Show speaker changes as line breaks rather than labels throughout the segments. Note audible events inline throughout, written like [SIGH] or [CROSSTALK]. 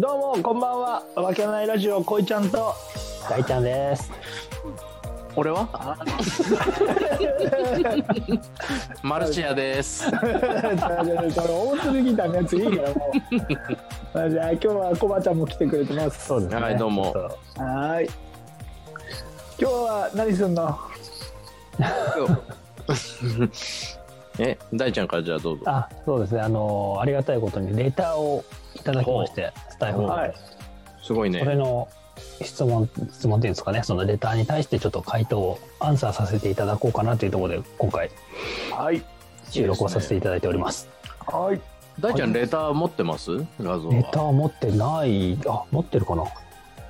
どうもこんばんはわけないラジオこいちゃんと
大ちゃんです。
俺
[LAUGHS]
はあマルチアです。
これ大鶴ギターのやついいからもうじゃあ今日はコバちゃんも来てくれてます
そうですね。
はいどうも
そう
はーい今日は何すんの
え、大ちゃんからじゃあどうぞ。
あ、そうですね。あのーありがたいことにレターをいただきまして、スタイフの方で、
はい
すごい
それ
ね。
の質問質問っていうんですかね。そのレターに対してちょっと回答をアンサーさせていただこうかなというところで今回
はい
収録をさせていただいております。
はい
大ちゃんレター持ってます画像
レタ
は。
ー持ってない、あ、持ってるかな。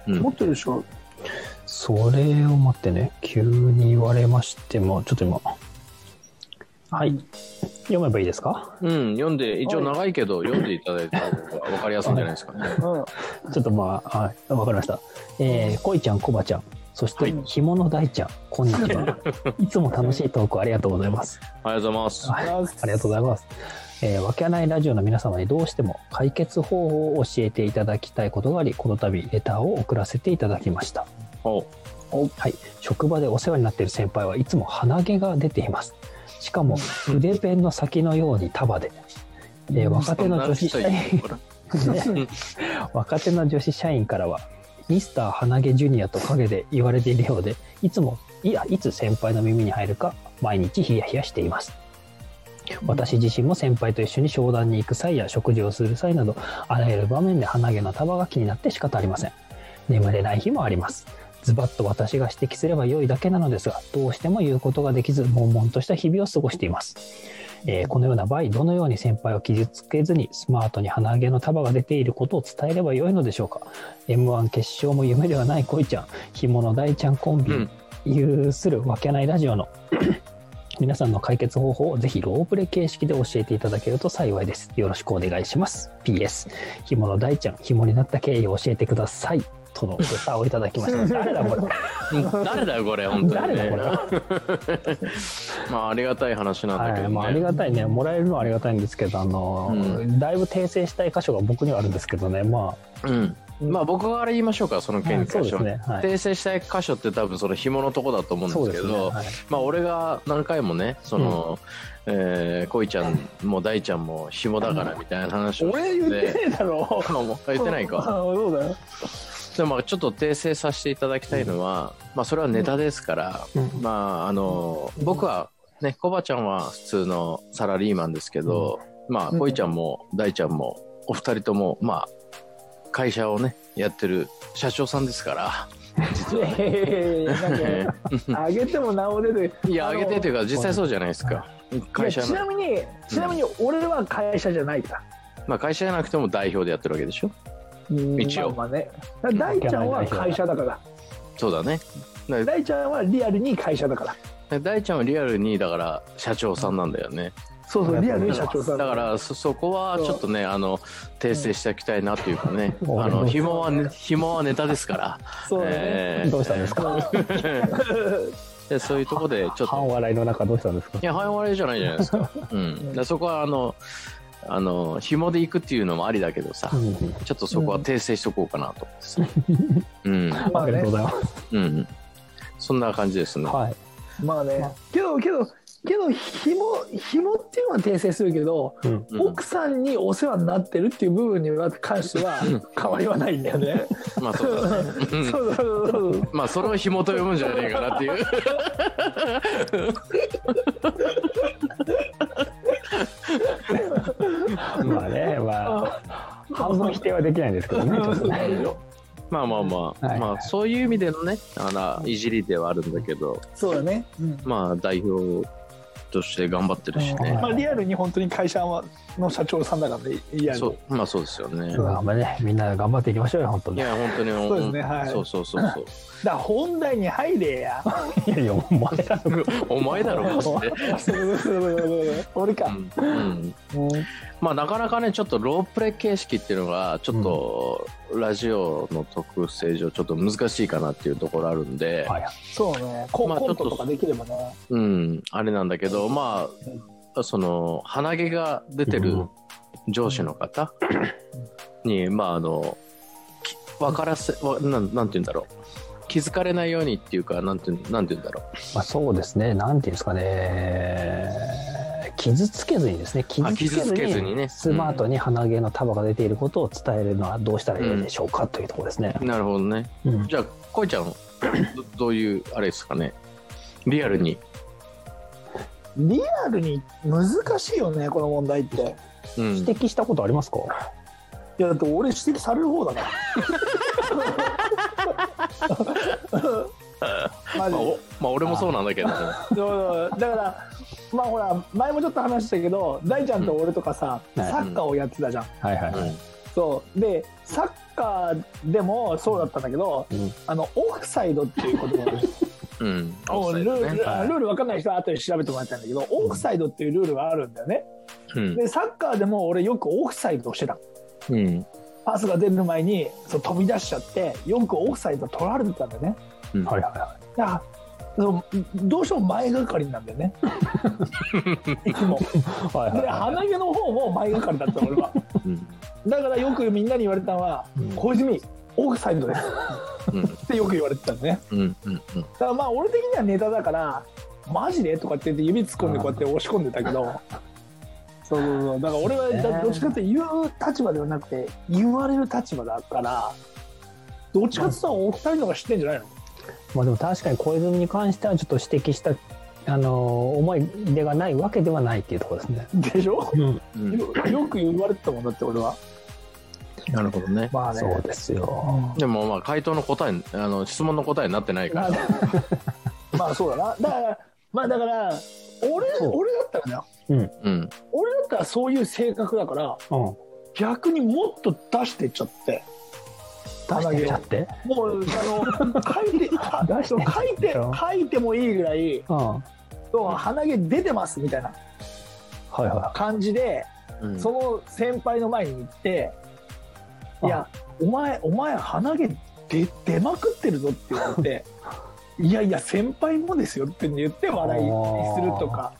うん
持ってるでしょ
それを待ってね、急に言われましても、ちょっと今。はい。読めばいいですか
うん、読んで、一応長いけど、読んでいただいた方が分かりやすいんじゃないですか。
うん
ちょっとまあ、はい、わかりました。えー、こいちゃん、こばちゃん、そして、ひもの大ちゃん、こんにち
[LAUGHS]
は。いつも楽しいトークありがとうございます。
ありがとうございま
はいありがとうございます。えー、わけあないラジオの皆様にどうしても解決方法を教えていただきたいことがあり、この度、レターを送らせていただきました。
す。お
はい、職場でお世話になっている先輩はいつも鼻毛が出ていますしかも
[LAUGHS]
筆ペンの先のように束で、えー若手の女子社員
そんな人いる
若手の女子社員からはミスター鼻毛ジュニアと陰で言われているようでいつもいやいつ先輩の耳に入るか毎日ヒヤヒヤしています私自身も先輩と一緒に商談に行く際や食事をする際などあらゆる場面で鼻毛の束が気になって仕方ありません眠れない日もありますズバッと私が指摘すれば良いだけなのですがどうしても言うことができず悶々とした日々を過ごしています、えーこのような場合どのように先輩を傷つけずにスマートに鼻毛の束が出ていることを伝えれば良いのでしょうか m 1決勝も夢ではない恋ちゃんひもの大ちゃんコンビ、
うん
有するわけないラジオの皆さんの解決方法をぜひロープレ形式で教えていただけると幸いですよろしくお願いします PS ひもの大ちゃん紐になった経緯を教えてくださいとのレターをいただきました誰だこれ
誰だよ、これ、本当に、
誰だ
ね。
これは、
[LAUGHS] まあ、ありがたい話なんだけど、
い
ね
まあ、ありがたいねもらえるのはありがたいんですけどあの、
う
だいぶ訂正したい箇所が僕にはあるんですけどねま
うん。まあ、僕から言いましょうか、その
あ、
件に
そう
関し
で
て
す
は。
ねはい
訂正したい箇所って多分その紐のとこだと思うん
そう
です
で
け
すね、
ど、
はい
まあ、俺が何回もね、その、えー、こいちゃんも大ちゃんも紐だからみたいな話を
俺言ってねえだろ
[LAUGHS] あもう言ってないか。
あそうだよ
でも、ちょっと訂正させていただきたいのは、まあ、それはネタですから、
うん
まあ、あの、僕は、ね、コバちゃんは普通のサラリーマンですけど、まあ、
うん
こいちゃんも大ちゃんも、お二人とも、まあ、会社をね、やってる社長さんですから、
いやいやいやなんかあげてもなお出て
いや、
あ
あ
の
げてというか、実際そうじゃないですか。会社
いやちな
の、
みにちなみに俺は会社じゃないから
まあ、会社じゃなくても代表でやってるわけでしょ。
うん
一応
まあまあねだから大ちゃんは会社だから
そうだね。だ
大ちゃんはリアルに会社だから
で大ちゃんはリアルに、だから、社長さんなんだよね。
そうそう
あり
リ
が
ア
と
ル
うご
に
ざい
社
ます
長さん
だからそそこはちょっとねあの訂正していきたいなというかね、
うん
あ
う
の
ん
紐はね紐はネタですから、
そうだね
え
どうしたんですか
ーでそういうところでちょっ
半
と
笑いの中どうしたんですか
いや半割れじゃないじゃないですか。うん、でそこはあのあの紐で行くっていうのもありだけどさ、
うんうん
ちょっとそこは訂正しとこうかなと思ってさ、うん
ま
あ
あ
りがと
ね
うございます。
うん、そんな感じですね。
はい。
まあねけどけどけど紐紐っていうのは訂正するけど
うん。
うん
奥さんにお世話になってるっていう部分に関しては変わりはないんだよね。
まあそうだね。う
そ
ん
うそうそうそう
まあそれを紐と呼ぶんじゃねえかなっていう。 [LAUGHS]
まあね、ま
あ
あ、 [LAUGHS] 半分否定はできないんですけどね。ちょっとね
まあまあまあ、
はい
まあそういう意味でのね、あらいじりではあるんだけど、
そうだね。うん
まあ代表として頑張ってるしね。
まあリアルに本当に会社はの社長さんだからね。リアル
そ
に。
う、まあそうですよね。
まあまあね、みんな頑張っていきましょうよ、本当
い
に。い
や本当に
そうですねはい
そうそうそうそう。
だから本題に入れ [LAUGHS] や。
やいや、お前 [LAUGHS] らの。
お前だろマジで。
そうそうそうそう俺
う
か。
んうんまあなかなかねちょっとロープレ形式っていうのがちょっとラジオの特性上ちょっと難しいかなっていうところあるんで、
はい
そうね。コ
まあち
コ
ょ
ン
っと
トとかできればね。
うんあれなんだけどまあその鼻毛が出てる上司の方に、まああの分からせわなんなんて言うんだろう気づかれないようにっていうかなんてなんて言うんだろ
まあ、そうですね、なんていうんですかね、傷つけずにですね、傷つけず
傷つ
に
けずにね
スマートに鼻毛の束が出ていることを伝えるのはどうしたらいいでしょうか、というところですね。
うなるほどね
うん
じゃあこいちゃんどどういうあれですかねリアルに
リアルに難しいよねこの問題って
うん
指摘したことありますか
いやだって俺指摘される方だ
[LAUGHS]
からマジ
まあ、おまあ俺もそうなんだけどね
そうだからまあほら前もちょっと話したけど大ちゃんと俺とかさ、
うん
サッカーをやってたじゃん、
はいは
うん
そうでサッカーでもそうだったんだけど、
うん
あのオフサイドっていう言
[LAUGHS]
葉が
うん
も
オ
う
フサ
ルー
イド
ル,、
ね
はい
ルール分かんない人は後で調べてもらいたいんだけどオフサイドっていうルールがあるんだよね
うん
でサッカーでも俺よくオフサイドをしてた
うん
パスが出る前にそう飛び出しちゃってよくオフサイド取られてたんだよね
うん
はいは
だからそうどうしても前がかりなんだよねいつも
いはい。はいはい
で
はい
鼻毛の方も前がかりだった俺は
うん
だからよくみんなに言われたのは
うん
「小泉オフサイドです」
うん
ってよく言われてたんでね
うんうんうん
だからまあ俺的にはネタだから「マジで?」とかって言って指突っ込んでこうやって押し込んでたけどそうそうそうだから俺はだどっちかっていうと言う立場ではなくて言われる立場だからどっちかっていうとお二人の方が知ってんじゃないの
まあでも確かに小泉に関してはちょっと指摘した、あのー思い出がないわけではないっていうところですね。
でしょ
うん、
うん
よよく言われてたもんだって俺は
なるほどね
まあね
そうですよ。
でもまあ回答の答えあの質問の答えになってないか
ま
ら
あ、まあそうだなだからまあだから俺
そう
俺だったらね
うん
俺だったらそういう性格だから
うん。
逆にもっと出していっちゃって
出してちゃって。
もうあの書いてあ
出して
そう書いて書いてもいいぐらい
うん。は
そう鼻毛出てますみたいない
は
感じで
うん
その先輩の前に行って「
あ
いやお前お前鼻毛出出まくってるぞ」って言われて「いやいや先輩もですよ」って言って笑いにするとか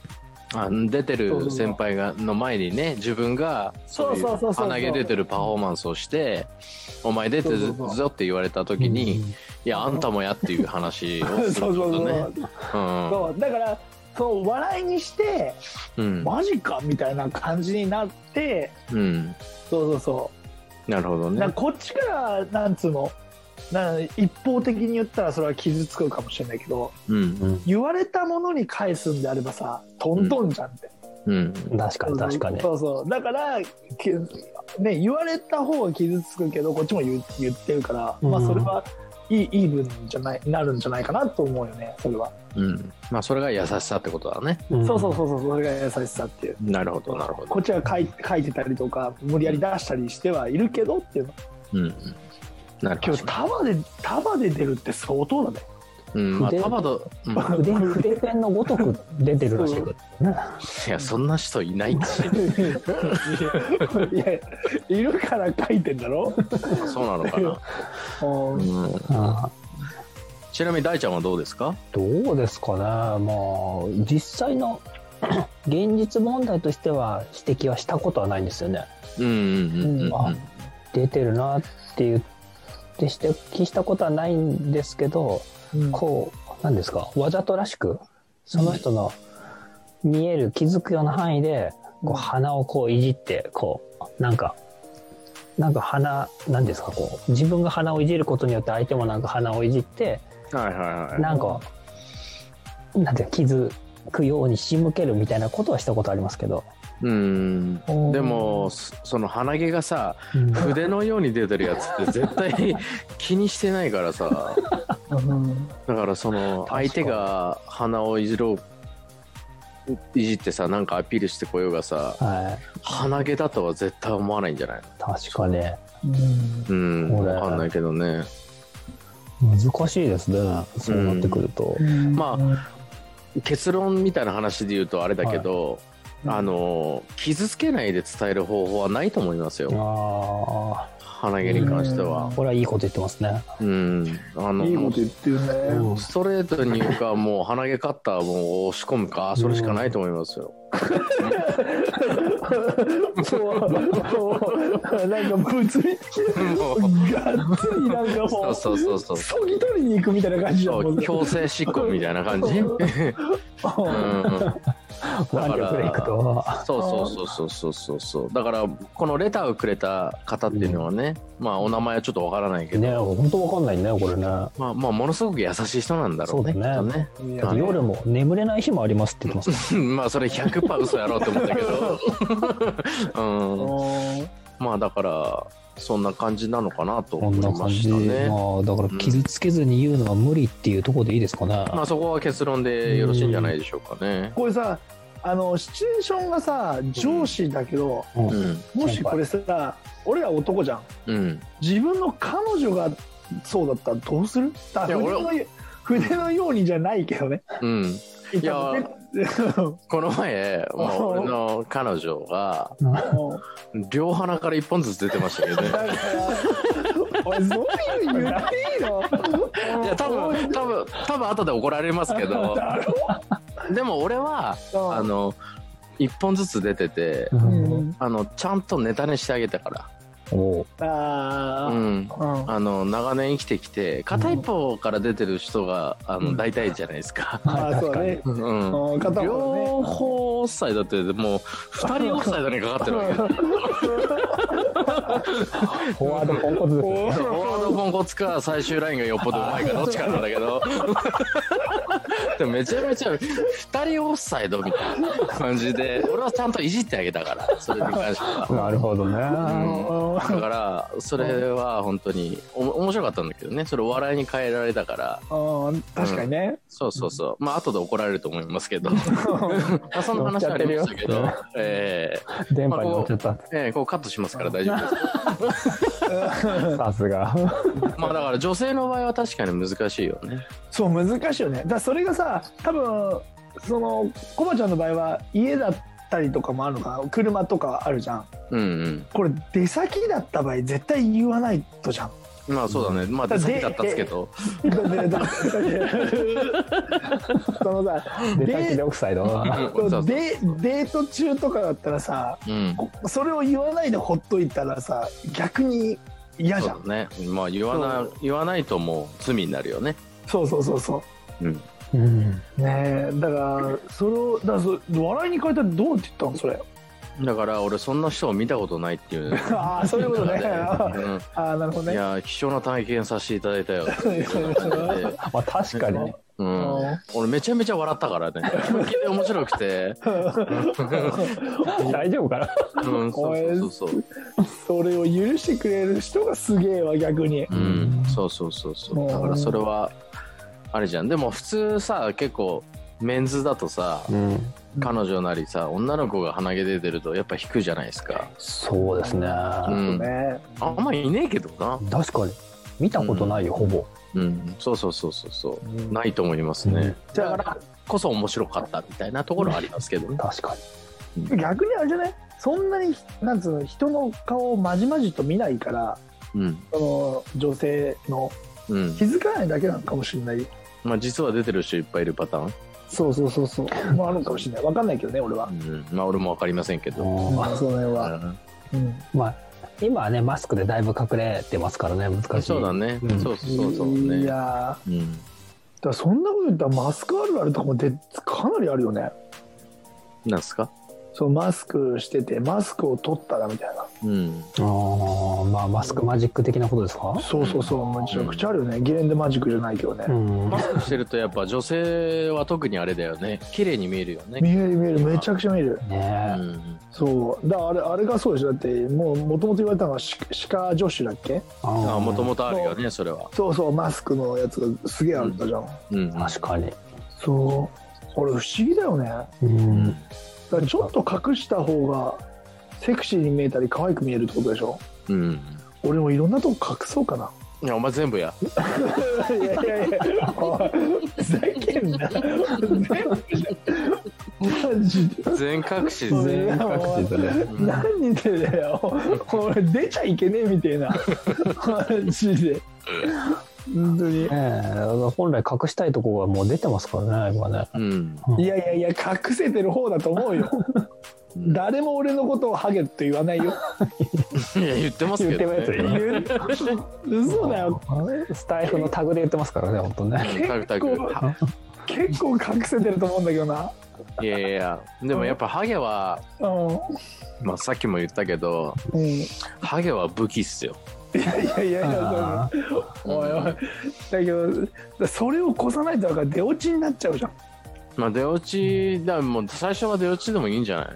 あ出てる先輩がの前にね自分が
そうそうそうそうそう
鼻毛出てるパフォーマンスをして「お前出てる
そうそうそ
ぞ」って言われた
い。
時に「いやあんたもや」っていう
[LAUGHS]
話をす
そう
る
そうそう
とね
そう
うん
そうだからそう笑いにして
うん
マジかみたいな感じになって
うん
そうそうそう
なるほど
だから
ね
こっちからなんつうのな一方的に言ったらそれは傷つくかもしれないけど
うん
うん。
言われたものに返すんであればさトントンじゃんって、
うん
うん。確かに確かに。
そうそうだからきね、言われた方が傷つくけどこっちも言う言ってるから、まあ、
うん
それはいいイーブンじゃないなるんじゃないかなと思うよねそれは、
うんまあそれが優しさってことだね
ん
そうそうそうそうそれが優しさっていう
なるほどなるほ
こ
ど
っちが書い書いてたりとか無理やり出したりしてはいるけどっていうの
うんうんなる
今
ほ
日
ど
束で束で出るって相当だね
うんまあ
筆
タバとうん
筆筆ペンのごとく出てるらしいけどね。
いやそんな人
[LAUGHS]
いないし
いやいるから書いてんだろ、
そうなの
[LAUGHS]
かな
うん
うん
あ
ちなみに大ちゃんはどうですか
ーどうですかね。まあ実際の [CLEARS THROAT] 現実問題としては指摘はしたことはないんですよね。
うんうんうんうん
うん
あ出てるなっていう。で指摘したことはないんですけど、
うん
こうなんですかわざとらしくその人の見える気づくような範囲でこう鼻をこういじってこうなんかなんか鼻なんですかこう自分が鼻をいじることによって相手もなんか鼻をいじって
はいはいはい
なんかなんていうか気づくように仕向けるみたいなことはしたことありますけど、
うんでもそその鼻毛がさ
うん
筆のように出てるやつって絶対気にしてないからさ
うん
だからその
確かに
相手が鼻をいじろういじってさなんかアピールしてこようがさ
はい
鼻毛だとは絶対思わないんじゃないの
確かね
うん
俺
わかんないけどね
難しいですねそうなってくると、
うん
ま結論みたいな話で言うとあれだけど、
はい
あの傷つけないで伝える方法はないと思いますよ
ああ
鼻毛に関しては
これはいいこと言ってますね
うんあの
いいこと言ってるね、
うん
ストレートに言うか、もう鼻毛カッターもう押し込むか、それしかないと思いますよ。
もう、もうなんか物理的
もう
にがっつりなんかも
そう
う、
そうそうそう
そぎ取りに行くみたいな感じだ
そ
もん
う
ね。
強制執行みたいな感じ、うん、
ワンデブレイクとは。
そうそうそうそうそうそうだからこのレターをくれた方っていうのはね、まあお名前はちょっとわからないけど、
ね、本当わかんないね、これね。
まあ、まあものすごく優しい人なんだろうね
そうだね
きっと
いや
まあ
夜も眠れない日もありますって言ってます。
[LAUGHS] まあそれ100%嘘やろうと思ったけど、うん、まあだからそんな感じなのかなと
こ
思
んない
ま
感
し
じ。
た
ま
ね
あ、だから傷つけずに言うのは無理っていうところでいいですかね。
まあそこは結論でよろしいんじゃないでしょうかね
これさ、あの、シチュエーションがさ、上司だけど、
うん
うん
もしこれさ、俺ら男じゃん。
うん
自分の彼女がそうだったらどうするだ
いや
筆の筆のようにじゃないけどね。
うん
[LAUGHS]
いやこの前、まあ、
おう
俺の彼女が
もう
両鼻から一本ずつ出てましたけどね
だ
[LAUGHS]
から、おいそういうの言っていいの
いや多分多分多分後で怒られますけど
だろ
でも俺は
うん
あの一本ずつ出てて
うん
あのちゃんとネタにしてあげたか
おう
あ
ら
ー
うん
うん
あの長年生きてきて片一方から出てる人があ
う
の
ん
大体じゃないですか。
まあそうだね。
うん
うん片方ね
両方オフサイドってもう2人オフサイドにかかってるわけ
フォワードポンコツですね。
フォワードポンコツか最終ラインがよっぽどうまいかどっちかなんだけどでもめちゃめちゃ2人オフサイドみたいな感じで俺はちゃんといじってあげたからそれに関しては。
なるほどね。
うんだからそれは本当におも面白かったんだけどねそれお笑いに変えられたから
うん確かにね。
そうそうそう。まあ、後で怒られると思いますけど。まあ、その話ありましたけ
乗
ど
っ。
え
電波に乗っちゃった。
えええこうカットしますから大丈夫で
さすが。
す。まあ、だから女性の場合は確かに難しいよね。
そう難しいよね。だからそれがさ多分そのコバちゃんの場合は家だったりとかもあるのかな車とかあるじゃん。
うん
これ出先だった場合絶対言わないとじゃん。
うん。まあ、そうだね。まあ、出先だったんですけど。
だってだってそのさ
出先でオフサイド。
うん [LAUGHS] そうそう
デデート中とかだったらさ
うん。
こそれを言わないでほっといたらさ逆に嫌
そ
じ
う
ゃ
だ
ん。
ね。まあ、言わな
そ、
言わないともう罪になるよね。
そうそうそうそう。
うん。
うん。
ねえだからそれをだからそ笑いに変えたらどうって言ったのそれ。
だから、俺、そんな人を見たことないって [LAUGHS] いうね。
ああそういうことね。
うん
ああなるほど
い
ね。
や、貴重な体験させていただい [LAUGHS] たよ。
まあ確かに。
うん。俺めちゃめちゃ笑ったからね。本気で面白くて。
大丈夫かな
[LAUGHS] うん、そうそうそうそ
[LAUGHS] そ
う。
れを許してくれる人がすげえわ逆に
う。ん、そうそうそうそう。だからそれはあれじゃん。でも普通さ、結構メンズだとさ、
うん。
彼女なりさ、女の子が鼻毛出てるとやっぱ引くじゃないですか。
そうですね。
うん。
ね。
あんまいねえけどな。
確かに。見たことないよ、ほぼ。
うん、そうそうそうそうそう。ないと思いますね。
じゃ
だからこそ面白かったみたいなところはありますけどね。
確か
あ逆にあれじゃない？そんなになんつうの人の顔をまじまじと見ないから。
うん。
その女性の
うん
気。づかないだけなのかもしれない
まあ実は出てる人いっぱいいるパターン。
そうそうそうそうもあるのかもしれないわかんないけどね俺は、
うん。まあ俺もわかりませんけ
に。
ど。
うん、その辺
う
は、
ん
うん、
まあ、今はね、マスクでだいぶ隠れてますからね、難しい。
そうだね。
うん
そうそうそうね。
いや
うん。
ーだからそんなこと言ったらマスクあるあるとかもでかなりあるよね
なんすか
そのマスクしててマスクを取ったらみたいな
うん。
あーまあ、マスクマジック的なことですか
そうそうそうめちゃくちゃあるよねゲレンデマジックじゃないけどね、
うん
マ。スクしてるとやっぱ女性は特にあれだよね。綺麗に見えるよね。
見える見えるめちゃくちゃ見える
う
ねえ。
ん。
そうだからあれあれがそうでしょだってもうもともと言われたのはシシカ女子だっけ
あ
あ、
ー
もともとあるよね、それは。
そうそうマスクのやつがすげえあったじゃん、
うん。
確かに。
そう俺不思議だよねだか
うん。
らちょっと隠した方がセクシーに見えたり可愛く見えるってことでしょ
うん。
俺もいろんなとこ隠そうかな
いや、お前全部や。
いやいやいやおいふざけんな全部じゃんマジで
全隠し。
うん
全員各地でね。
うん
何でだよ俺出ちゃいけねえみたいなマジで本当に
ええ本来隠したいとこがもう出てますからね、今ね。
うん。
いやいやいや隠せてる方だと思うよ誰も俺のことをハゲって言わないよ
いや、言ってますけど、ね。
言ってま
言う嘘だよ
スタイフのタグで言ってますからね、本当ね。
うんタクタク
結構結構隠せてると思うんだけどな、
いやいやいや、でもやっぱハゲは、
うん
まあ、さっきも言ったけど、
うん、い
ハゲは武器っすよ。
やいやいやいや
あー
そうおいおいだけどそれを越さないとだから出落ちになっちゃうじゃん
まあ、出落ち、だもう最初は出落ちでもいいんじゃない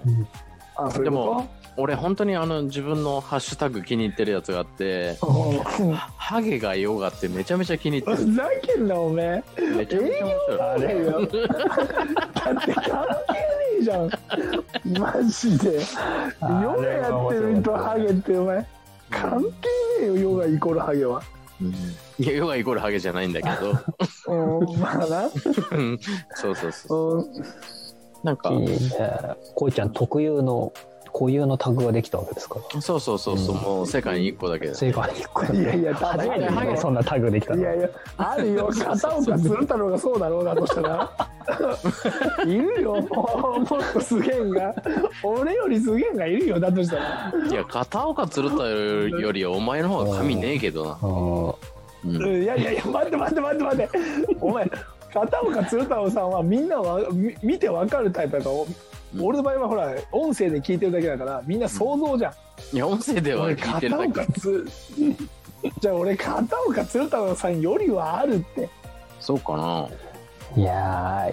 あ
でも、俺本当にあの自分のハッシュタグ気に入ってるやつがあって、
そういうことうん
ハゲがヨガってめちゃめちゃ気に入っ
ふ
て
ざけんなおめえ
る。めちゃめちゃ面白い。
れよだって関係ねえじゃんマジでヨガやってるとハゲってお前関係ねえよヨガイコールハゲは
うんいや、ヨガイコールハゲじゃないんだけど。
うんまあな
うんそうそうそう。
うん
なんか
い、いね。こいちゃん特有の、固有のタグができたわけですから。
そうそうそうそう、もう世界に一個だけだ。
正解一個
いやいやただ
初めて
ハゲ
そんなタグできた
い
の。
やいやある
[LAUGHS]
よ片岡鶴太郎がそうだろうなとしたらいるよもうもっとすげえんが俺よりすげえんがいるよだとしたら
いや、片岡鶴太郎よりお前の方が髪ねえけどな。
うん
うん
うんいやいやいや待って待って待って待ってお前片岡鶴太郎さんはみんなはみ見てわかるタイプだからお俺の場合はほら音声で聞いてるだけだからみんな想像じゃん、
いや、音声では
俺
聞いてる
片
だ
岡
け。
つ [LAUGHS] じゃあ俺片岡鶴太郎さんよりはあるって
そうかな。
いや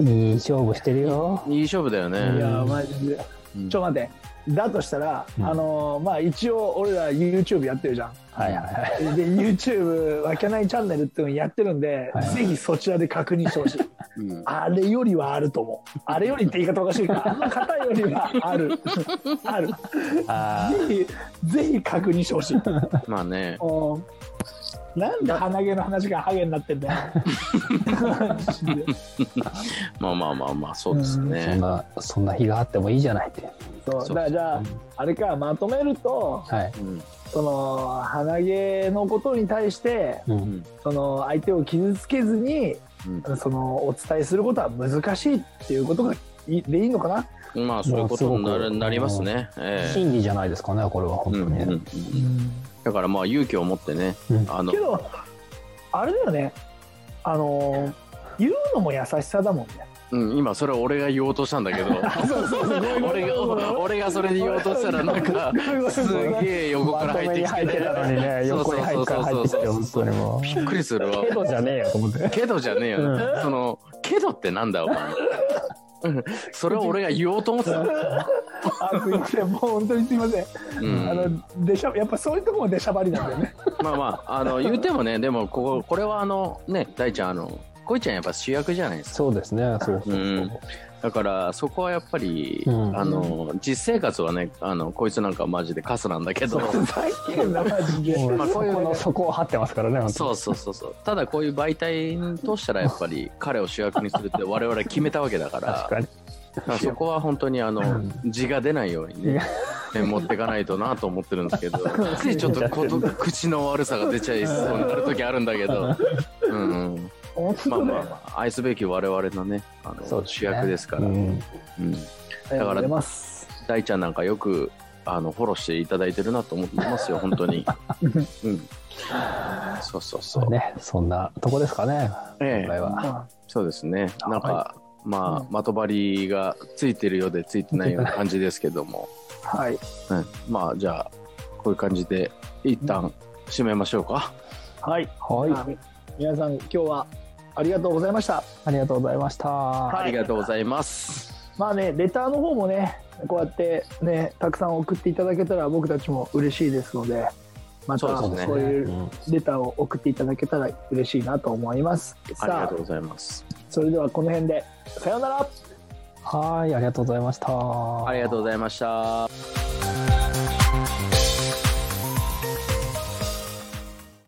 ーいい勝負してるよ。
いい勝負だよ
い
ね。
やマジで
うん
ちょ待ってだとしたら、
うん
あのーまあ一応俺ら YouTube やってるじゃん
はいはいはい。
で YouTube わけないチャンネルっていうのやってるんで、
はい
ぜひそちらで確認してほしい
うん
あれよりはあると思うあれよりって言い方おかしいかあの方よりはあ
[LAUGHS]
るある
あ
ぜひぜひ確認してほしい
まあね。
うんなんで鼻毛の話がハゲになってん
[LAUGHS]
だよマジで
まあまあまあまあ、そうです
あ、そん
ね。
な、そんな日があってもいいじゃないって。
そうだからじゃああれかまとめると
はい。
うん
その鼻毛のことに対して
う。
うんん
その相手を傷つけずに
うん
そのお伝えすることは難しいっていうことがいでいいのかな、
まあ、そういうことになるなりますね。ええ
真理じゃないですかね、これは本
う
当
ん
に
うんう
ね。
んだからまあ、勇気を持ってね
う、ん
あの
け、どあれだよねあの言うのも優しさだもんね
うん、今それ俺が言おうとしたんだ [LAUGHS] けど俺が俺がそれで言おうとしたらなんかすげえ横から入ってきて,、そうそうそう
にもう。
びっくりするわ
けどじゃねえよと思って。
けどじゃねえよ、そのけどってなんだお前うんそれを俺が言おうと思ってた、
あすいませんもう本当にすいません、
うん
あのでしゃやっぱそういうとこも出しゃばりなんだよね
まあまああの言うてもねでもこここれはあのね大ちゃんあの恋ちゃんやっぱ主役じゃないですか。
そうですね、そうそうそううん
だからそこはやっぱり、
うん
あの実生活はねあのこいつなんかマジでカスなんだけど
ふざけんなマジで
まあこういうのそこを張ってますからね、本当
そうそうそうそうただこういう媒体に通したらやっぱり彼を主役にするって我々は決めたわけだか
確
ら
かに。
まあそこは本当にあの字が出ないようにねね持っていかないとなと思ってるんですけ [LAUGHS] どついちょっとこの口の悪さが出ちゃいそうになる時あるんだけど、うんうん、
本
まあ
当だ
まあ
よ
まあ愛すべき我々のねあの
そうですね
主役ですから、
う
うん
ん
ありがとうございます
大ちゃんなんかよくあのフォローしていただいてるなと思ってますよ本当 [LAUGHS] に、うん、そうそうそう、
ね、そんなとこですかね、
え
今回
え
は。
そうですね。なんか、
は
ま
う
あ、まとばりがついてるようでついてないような感じですけども。
はい
うん、まあ、じゃあ、こういう感じで、一旦締めましょうか。
はい
は
あみ皆さん今日はありがとうございました
い、ありがとうございました。
い
ありがとうございます。
まあねレターの方もねこうやってねたくさん送っていただけたら僕たちも嬉しいですのでまた
そ
そうう,、
ですね
いううんレターを送っていただけたら嬉しいなと思います
ありが
さ
とう
あ
ございます。
それではこの辺でさようなら
はい、ありがとうございました。
ありがとうございました。